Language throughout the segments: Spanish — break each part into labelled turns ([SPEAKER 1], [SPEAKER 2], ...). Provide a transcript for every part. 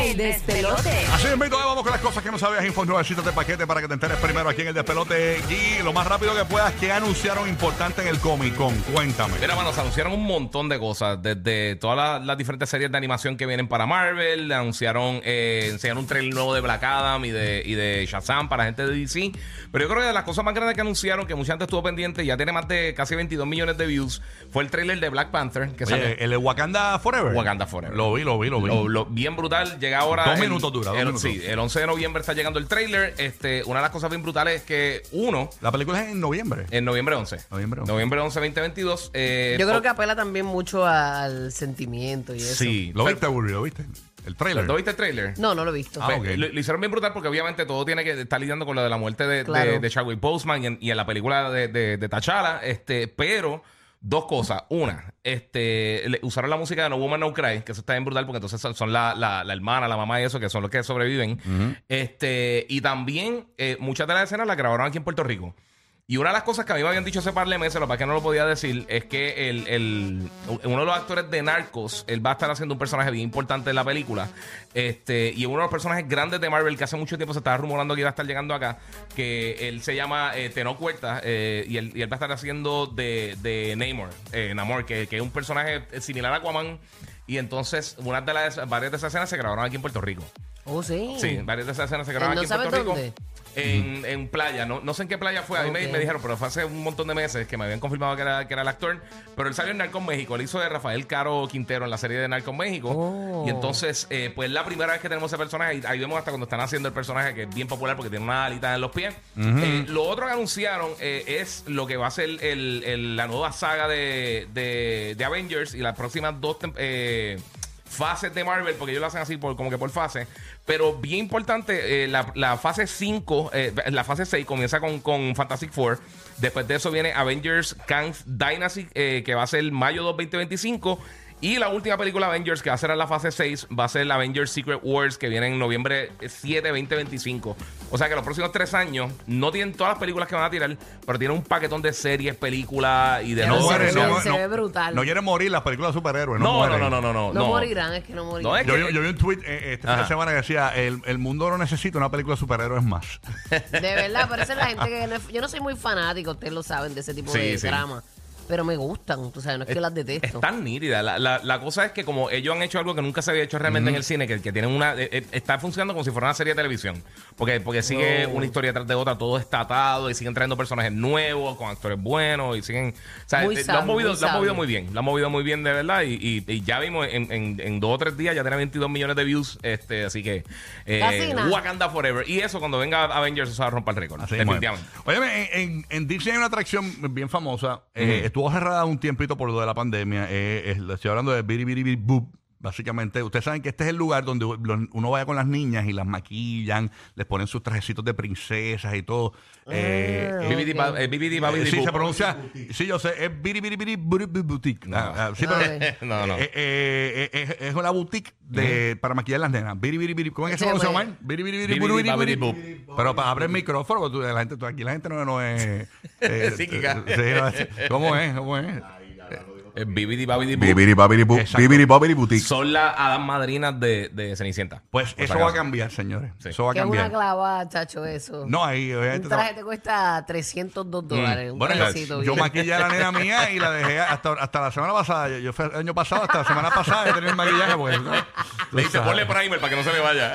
[SPEAKER 1] El despelote.
[SPEAKER 2] Así es, mito, vamos con las cosas que no sabías. Info nuevecitas de paquete para que te enteres primero aquí en el despelote. Y lo más rápido que puedas, ¿qué anunciaron importante en el Comic Con? Cuéntame.
[SPEAKER 3] Mira, mano, se anunciaron un montón de cosas. Desde todas las, las diferentes series de animación que vienen para Marvel, anunciaron, eh, enseñaron un trailer nuevo de Black Adam y de, y de Shazam para gente de DC. Pero yo creo que de las cosas más grandes que anunciaron, que mucha gente estuvo pendiente, ya tiene más de casi 22 millones de views, fue el trailer de Black Panther que salió.
[SPEAKER 2] Oye, Eh, el de Wakanda Forever.
[SPEAKER 3] Wakanda Forever.
[SPEAKER 2] Lo vi, lo vi, lo vi.
[SPEAKER 3] Lo- lo- bien brutal. Llega ahora.
[SPEAKER 2] Dos
[SPEAKER 3] el-
[SPEAKER 2] minutos dura, dos
[SPEAKER 3] el-
[SPEAKER 2] minutos.
[SPEAKER 3] Sí, el 11 de noviembre está llegando el trailer. Este, una de las cosas bien brutales es que, uno,
[SPEAKER 2] La película es en noviembre.
[SPEAKER 3] en noviembre 11.
[SPEAKER 2] Noviembre 11.
[SPEAKER 3] 11, 2022. eh,
[SPEAKER 1] Yo creo que
[SPEAKER 3] oh,
[SPEAKER 1] apela también mucho al sentimiento y eso.
[SPEAKER 3] Sí.
[SPEAKER 2] ¿Lo
[SPEAKER 3] Pero-
[SPEAKER 2] viste, Burry? ¿Lo viste? El trailer.
[SPEAKER 3] ¿Lo viste el trailer?
[SPEAKER 1] No, no lo he visto.
[SPEAKER 2] Ah,
[SPEAKER 3] Pues,
[SPEAKER 2] ok.
[SPEAKER 3] lo, lo hicieron bien brutal porque obviamente todo tiene que estar lidiando con lo de la muerte de,
[SPEAKER 1] Claro.
[SPEAKER 3] de, de Chadwick Boseman y en, y en la película de, de, de T'Challa, este, pero dos cosas. Una, este, le- usaron la música de No Woman No Cry, que eso está bien brutal porque entonces son, son la, la- la hermana, la mamá y eso, que son los que sobreviven. Este, y también eh, muchas de las escenas las grabaron aquí en Puerto Rico. Y una de las cosas que a mí me habían dicho hace par de meses, lo que pasa es que no lo podía decir, es que el, el- uno de los actores de Narcos, él va a estar haciendo un personaje bien importante en la película. Este, y uno de los personajes grandes de Marvel que hace mucho tiempo se estaba rumorando que iba a estar llegando acá, que él se llama eh, Tenor Cuerta, eh, y, él, y él va a estar haciendo de, de Namor, eh, Namor, que, que es un personaje similar a Aquaman. Y entonces, una de las varias de esas escenas se grabaron aquí en Puerto Rico.
[SPEAKER 1] Oh, sí.
[SPEAKER 3] Sí, varias de esas escenas se grabaron
[SPEAKER 1] ¿No
[SPEAKER 3] aquí en
[SPEAKER 1] sabes
[SPEAKER 3] Puerto
[SPEAKER 1] dónde?
[SPEAKER 3] Rico. En, en playa, no, no sé en qué playa fue. A mí me-
[SPEAKER 1] Ok.
[SPEAKER 3] me, dijeron, pero fue hace un montón de meses que me habían confirmado que era, que era el actor. Pero él salió en Narcos México, él hizo de Rafael Caro Quintero en la serie de Narcos México.
[SPEAKER 1] Oh.
[SPEAKER 3] Y entonces, eh, pues la primera vez que tenemos ese personaje, y ahí vemos hasta cuando están haciendo el personaje que es bien popular porque tiene una alita en los pies. Eh, lo otro que anunciaron eh, es lo que va a ser el- el- la nueva saga de, de- de Avengers y las próximas dos tem- eh, fases de Marvel, porque ellos lo hacen así por, como que por fase. Pero bien importante, eh, la, la fase 5, eh, la fase 6 comienza con, con Fantastic Four. Después de eso viene Avengers Kang Dynasty, eh, que va a ser mayo 2, 2025. Y la última película Avengers que va a ser en la fase 6 va a ser la Avengers Secret Wars que viene en noviembre 7, 2025. O sea que los próximos tres años no tienen todas las películas que van a tirar, pero tienen un paquetón de series, películas y de
[SPEAKER 1] Ya
[SPEAKER 2] No
[SPEAKER 1] se
[SPEAKER 2] muere,
[SPEAKER 1] ve-
[SPEAKER 2] no,
[SPEAKER 1] se
[SPEAKER 2] no.
[SPEAKER 1] ve brutal.
[SPEAKER 2] No quieren morir las películas de superhéroes. No,
[SPEAKER 3] no, no,
[SPEAKER 2] mueren.
[SPEAKER 3] no, no, no, no,
[SPEAKER 1] No, morirán, es que no morirán.
[SPEAKER 3] No, es-
[SPEAKER 2] Yo, yo- yo vi un tweet eh, este fin de
[SPEAKER 3] Ajá.
[SPEAKER 2] semana que decía: el, el mundo no necesita una película de superhéroes más.
[SPEAKER 1] De verdad, parece la gente que... no es- yo no soy muy fanático, ustedes lo saben, de ese tipo
[SPEAKER 3] Sí,
[SPEAKER 1] de
[SPEAKER 3] sí.
[SPEAKER 1] drama. Pero me gustan, tú sabes, no es que las detesto.
[SPEAKER 3] Es tan nítida. La, la- la cosa es que como ellos han hecho algo que nunca se había hecho realmente en el cine, que, que tienen una... eh, eh, está funcionando como si fuera una serie de televisión. Porque, porque sigue
[SPEAKER 1] No.
[SPEAKER 3] una historia tras de otra, todo está atado y siguen trayendo personajes nuevos, con actores buenos y siguen... O sea,
[SPEAKER 1] Muy
[SPEAKER 3] eh, lo,
[SPEAKER 1] sabio,
[SPEAKER 3] han movido,
[SPEAKER 1] muy
[SPEAKER 3] lo han movido
[SPEAKER 1] sabio.
[SPEAKER 3] muy bien. Lo han movido muy bien de verdad y, y- y ya vimos en, en- en dos o tres días ya tiene 22 millones de views. este Así que... eh,
[SPEAKER 1] Casi nada.
[SPEAKER 3] Wakanda Forever. Y eso cuando venga Avengers se va a romper el récord.
[SPEAKER 2] Así mismo es.
[SPEAKER 3] definitivamente.
[SPEAKER 2] Óyeme, en, en- en Disney hay una atracción bien famosa. eh, estuvo cerrada un tiempito por lo de la pandemia. eh, es- le estoy hablando de Biri Biri Biri Boop. Básicamente, ustedes saben que este es el lugar donde los- uno vaya con las niñas y las maquillan, les ponen sus trajecitos de princesas y todo. Eh,
[SPEAKER 1] Ah,
[SPEAKER 2] eh,
[SPEAKER 3] BBD, ba- eh, BBD,
[SPEAKER 2] eh,
[SPEAKER 3] babidi,
[SPEAKER 2] sí,
[SPEAKER 3] boop.
[SPEAKER 2] se pronuncia. Sí, yo sé, es Biri Biri Biri Buri Buri Boutique. Ah, ah, sí,
[SPEAKER 1] Ah,
[SPEAKER 2] pero-
[SPEAKER 1] ok.
[SPEAKER 3] No, no.
[SPEAKER 2] eh, eh, eh, es, es una boutique de, para maquillar las nenas. Biri, biri, biri. ¿Cómo es que se
[SPEAKER 1] Sí,
[SPEAKER 2] conoce,
[SPEAKER 1] pues.
[SPEAKER 2] Omar? Biri, biri, biri,
[SPEAKER 3] Biri,
[SPEAKER 2] buru,
[SPEAKER 3] biri,
[SPEAKER 2] biri,
[SPEAKER 3] babiri,
[SPEAKER 2] biri. Pero para abrir el micrófono, porque tú- la gente, tú- aquí la gente no, no es... eh,
[SPEAKER 3] Psíquica.
[SPEAKER 2] eh, sí, no es- ¿Cómo es? ¿Cómo es?
[SPEAKER 3] Eh, BBD, babidi, boop.
[SPEAKER 4] Bibiri Babiri Bu-
[SPEAKER 2] Exacto.
[SPEAKER 4] Bibiri Babiri Boutique.
[SPEAKER 3] Son las hadas madrinas de, de Cenicienta.
[SPEAKER 2] Pues
[SPEAKER 3] Por si
[SPEAKER 2] eso va a
[SPEAKER 3] acaso.
[SPEAKER 2] cambiar, señores.
[SPEAKER 3] Sí.
[SPEAKER 2] Eso va a
[SPEAKER 1] que es una
[SPEAKER 2] cambiar.
[SPEAKER 1] clavada, chacho, eso.
[SPEAKER 2] No, ahí...
[SPEAKER 1] Un
[SPEAKER 2] obviamente,
[SPEAKER 1] traje te cuesta 302 dólares. un
[SPEAKER 2] Mm, Bueno,
[SPEAKER 1] trajecito
[SPEAKER 2] yo, yo
[SPEAKER 1] bien.
[SPEAKER 2] maquillé a la nena mía y la dejé hasta, hasta la semana pasada. Yo, yo fui el año pasado, hasta la semana pasada, de tener el maquillaje. Porque, tú
[SPEAKER 3] Le dice,
[SPEAKER 2] sabes.
[SPEAKER 3] ponle primer para que no se le vaya.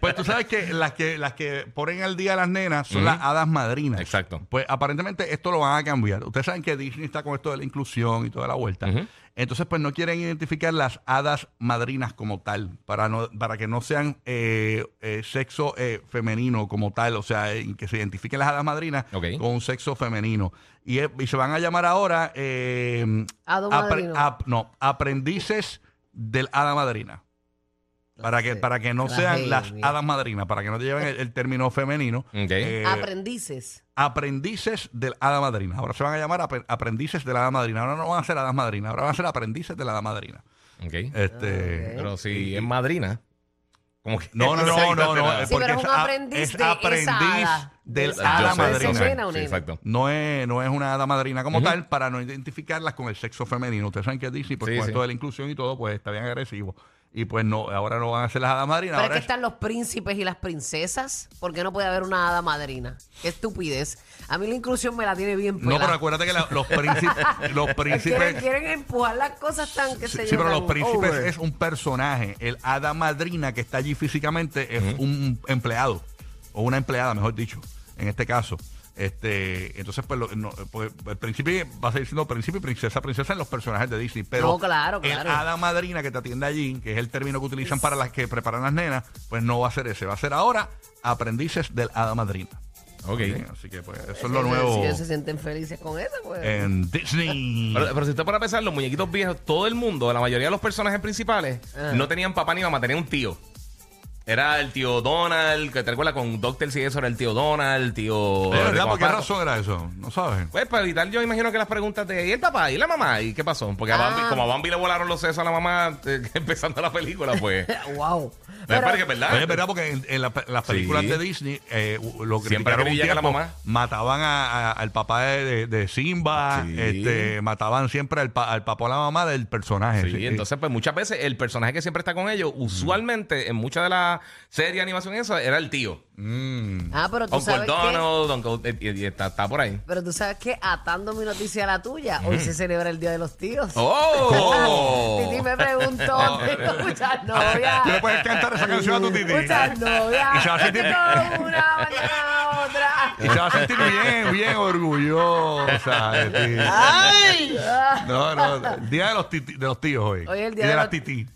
[SPEAKER 2] Pues tú sabes que las que las que ponen al día a las nenas son las hadas madrinas.
[SPEAKER 3] Exacto.
[SPEAKER 2] Pues aparentemente esto lo van a cambiar. Ustedes saben que Disney está con esto de la inclusión y toda la vuelta. Entonces, pues no quieren identificar las hadas madrinas como tal, para no, para que no sean eh, eh, sexo eh, femenino como tal, o sea, eh, que se identifiquen las hadas madrinas
[SPEAKER 3] Ok.
[SPEAKER 2] con un sexo femenino. Y, eh, y se van a llamar ahora eh,
[SPEAKER 1] Hado
[SPEAKER 2] apre-
[SPEAKER 1] madrino.
[SPEAKER 2] ap- no, aprendices del hada madrina. Para que, para que no sean
[SPEAKER 1] Tragedia.
[SPEAKER 2] las hadas madrinas, para que no te lleven el, el término femenino.
[SPEAKER 3] Ok.
[SPEAKER 2] Eh,
[SPEAKER 1] Aprendices.
[SPEAKER 2] aprendices del hada madrina. Ahora se van a llamar apre- aprendices de la hada madrina. Ahora no van a ser hadas madrinas, ahora van a ser aprendices de la hada madrina.
[SPEAKER 3] Ok.
[SPEAKER 2] Este,
[SPEAKER 1] Ah, ok.
[SPEAKER 3] Pero si es madrina, como que.
[SPEAKER 2] No, no, no, no, no.
[SPEAKER 3] Sí,
[SPEAKER 1] Sí, pero es un
[SPEAKER 2] a-
[SPEAKER 1] aprendiz
[SPEAKER 2] es
[SPEAKER 1] de esa
[SPEAKER 2] aprendiz
[SPEAKER 1] hada.
[SPEAKER 2] del
[SPEAKER 1] De esa
[SPEAKER 2] hada
[SPEAKER 3] yo sé,
[SPEAKER 1] Eso
[SPEAKER 3] yo
[SPEAKER 2] madrina.
[SPEAKER 3] sé.
[SPEAKER 1] suena,
[SPEAKER 3] Sí,
[SPEAKER 1] nena.
[SPEAKER 3] exacto.
[SPEAKER 2] No es, no es una hada madrina como
[SPEAKER 3] Ujú.
[SPEAKER 2] tal, para no identificarlas con el sexo femenino. Ustedes saben que Disney, pues
[SPEAKER 3] Sí,
[SPEAKER 2] con
[SPEAKER 3] sí.
[SPEAKER 2] esto de la inclusión y todo, pues está bien agresivo. Y pues no, ahora no van a ser las hadas madrinas.
[SPEAKER 1] Pero es
[SPEAKER 2] ahora
[SPEAKER 1] que
[SPEAKER 2] es-
[SPEAKER 1] están los príncipes y las princesas. ¿Por qué no puede haber una hada madrina? Qué estupidez. A mí la inclusión me la tiene bien
[SPEAKER 2] No, pero
[SPEAKER 1] pelada.
[SPEAKER 2] acuérdate que la- los príncipes. los príncipes.
[SPEAKER 1] quieren, quieren empujar las cosas tan, qué
[SPEAKER 2] Sí,
[SPEAKER 1] sé yo.
[SPEAKER 2] sí, pero los
[SPEAKER 1] tan
[SPEAKER 2] príncipes
[SPEAKER 1] over.
[SPEAKER 2] es un personaje. El hada madrina que está allí físicamente es un empleado o una empleada, mejor dicho, en este caso. Este, entonces, pues, lo- no, pues, el príncipe va a seguir siendo príncipe, y princesa, princesa en los personajes de Disney. Pero
[SPEAKER 1] No, claro,
[SPEAKER 2] el
[SPEAKER 1] claro.
[SPEAKER 2] hada madrina que te atiende allí, que es el término que utilizan para las que preparan las nenas, pues no va a ser ese. Va a ser ahora aprendices del hada madrina.
[SPEAKER 3] Ok.
[SPEAKER 2] Sí, Así que, pues, eso es lo
[SPEAKER 1] Entonces, Si
[SPEAKER 2] nuevo Eh,
[SPEAKER 1] ellos se sienten felices con eso, pues.
[SPEAKER 2] en Disney.
[SPEAKER 3] Pero, pero si usted para pensar, los muñequitos viejos, todo el mundo, la mayoría de los personajes principales,
[SPEAKER 1] Ah.
[SPEAKER 3] no tenían papá ni mamá, tenían un tío. Era el tío Donald, que te recuerdas con Doctor si eso era el tío Donald, el tío.
[SPEAKER 2] De verdad,
[SPEAKER 3] Rico
[SPEAKER 2] ¿por qué
[SPEAKER 3] Papato.
[SPEAKER 2] razón era eso? No sabes.
[SPEAKER 3] Pues para evitar, yo imagino que las preguntas de ¿y el papá? ¿y la mamá? ¿y qué pasó? Porque a
[SPEAKER 1] Ah.
[SPEAKER 3] Bambi- como a Bambi le volaron los sesos a la mamá eh, empezando la película, pues.
[SPEAKER 1] wow.
[SPEAKER 3] Me parece que
[SPEAKER 1] Pero,
[SPEAKER 3] es verdad.
[SPEAKER 2] Oye, es verdad, porque en, en la- en las películas
[SPEAKER 3] Sí.
[SPEAKER 2] de Disney, eh, u- lo que
[SPEAKER 3] Siempre
[SPEAKER 2] criticaron un
[SPEAKER 3] acribillan a la
[SPEAKER 2] tiempo,
[SPEAKER 3] mamá.
[SPEAKER 2] mataban a- a- al papá de, de- de Simba,
[SPEAKER 3] Sí.
[SPEAKER 2] este, mataban siempre al, pa- al papá o la mamá del personaje.
[SPEAKER 3] Sí, entonces, pues muchas veces el personaje que siempre está con ellos,
[SPEAKER 2] Mm.
[SPEAKER 3] usualmente en muchas de las series de animación, esa era el tío.
[SPEAKER 2] Mm.
[SPEAKER 1] ah, pero tú
[SPEAKER 3] Uncle
[SPEAKER 1] sabes que.
[SPEAKER 3] Donald, Uncle- eh, y, y- y está, está por ahí.
[SPEAKER 1] Pero tú sabes que atando mi noticia a la tuya, hoy se celebra el Día de los Tíos.
[SPEAKER 3] ¡Oh!
[SPEAKER 1] Titi me preguntó, tengo muchas novias.
[SPEAKER 2] Tú le puedes cantar esa canción a tu titi.
[SPEAKER 1] Muchas novias.
[SPEAKER 2] Y se va a sentir-
[SPEAKER 1] Tengo una, mañana otra.
[SPEAKER 2] Y se va a sentir bien, bien orgullosa de ti. No, no, el día de los, titi- de los tíos hoy.
[SPEAKER 1] Hoy es el día
[SPEAKER 2] y de,
[SPEAKER 1] de
[SPEAKER 2] las
[SPEAKER 1] los-
[SPEAKER 2] tití.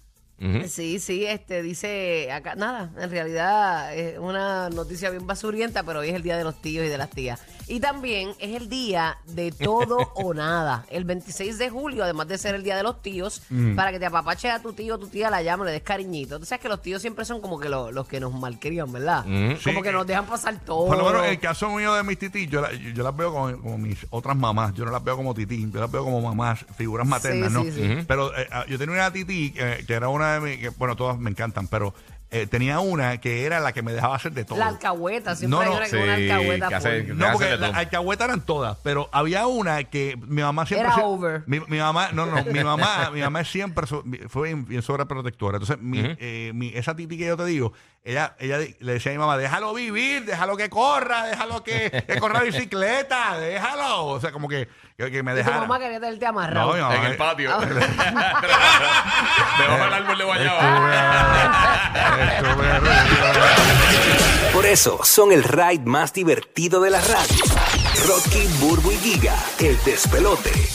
[SPEAKER 3] Ujú.
[SPEAKER 1] Sí, sí, este dice acá, nada, en realidad es una noticia bien basurienta, pero hoy es el día de los tíos y de las tías. Y también es el día de todo o nada. El 26 de julio, además de ser el día de los tíos,
[SPEAKER 3] Mm.
[SPEAKER 1] para que te apapache a tu tío, tu tía la llama, le des cariñito. Tú sabes que los tíos siempre son como que lo- los que nos malcrian, ¿verdad?
[SPEAKER 3] Mm.
[SPEAKER 1] Como
[SPEAKER 2] Sí,
[SPEAKER 1] que
[SPEAKER 2] eh,
[SPEAKER 1] nos dejan pasar todo.
[SPEAKER 2] Por lo menos el caso mío de mis tití, yo, la- yo- yo las veo como, como mis otras mamás. Yo no las veo como tití, yo las veo como mamás, figuras maternas,
[SPEAKER 1] Sí,
[SPEAKER 2] ¿no?
[SPEAKER 1] sí, sí. Ujú.
[SPEAKER 2] Pero eh, ah, yo tenía una tití eh, que era una de mis, que, bueno, todas me encantan, pero eh, tenía una que era la que me dejaba hacer de todo.
[SPEAKER 1] La alcahueta, siempre
[SPEAKER 2] No,
[SPEAKER 1] hay
[SPEAKER 2] no,
[SPEAKER 1] una, que es una
[SPEAKER 3] sí,
[SPEAKER 1] alcahueta.
[SPEAKER 3] que hace-
[SPEAKER 1] full.
[SPEAKER 3] que-
[SPEAKER 2] no, porque
[SPEAKER 3] Hacer de
[SPEAKER 2] las
[SPEAKER 3] todo.
[SPEAKER 2] alcahuetas eran todas, pero había una que mi mamá siempre.
[SPEAKER 1] Era
[SPEAKER 2] se-
[SPEAKER 1] over.
[SPEAKER 2] Mi, mi mamá, no, no, mi mamá, mi mamá siempre so- fue bien, bien sobreprotectora. Entonces, mi, eh, mi- esa titi que yo te digo, ella, ella di- le decía a mi mamá, déjalo vivir, déjalo que corra, déjalo que, que corra bicicleta, déjalo. O sea, como que, que, que me
[SPEAKER 1] Y tu
[SPEAKER 2] dejara.
[SPEAKER 1] mamá quería tenerte
[SPEAKER 2] no,
[SPEAKER 1] amarrado.
[SPEAKER 2] eh. mi mamá-
[SPEAKER 3] En el patio.
[SPEAKER 1] Ah.
[SPEAKER 3] Debajo del árbol de guayaba.
[SPEAKER 2] Estuve- estuve-
[SPEAKER 4] Por eso son el ride más divertido de la radio. Rocky, Burbu y Giga, el despelote.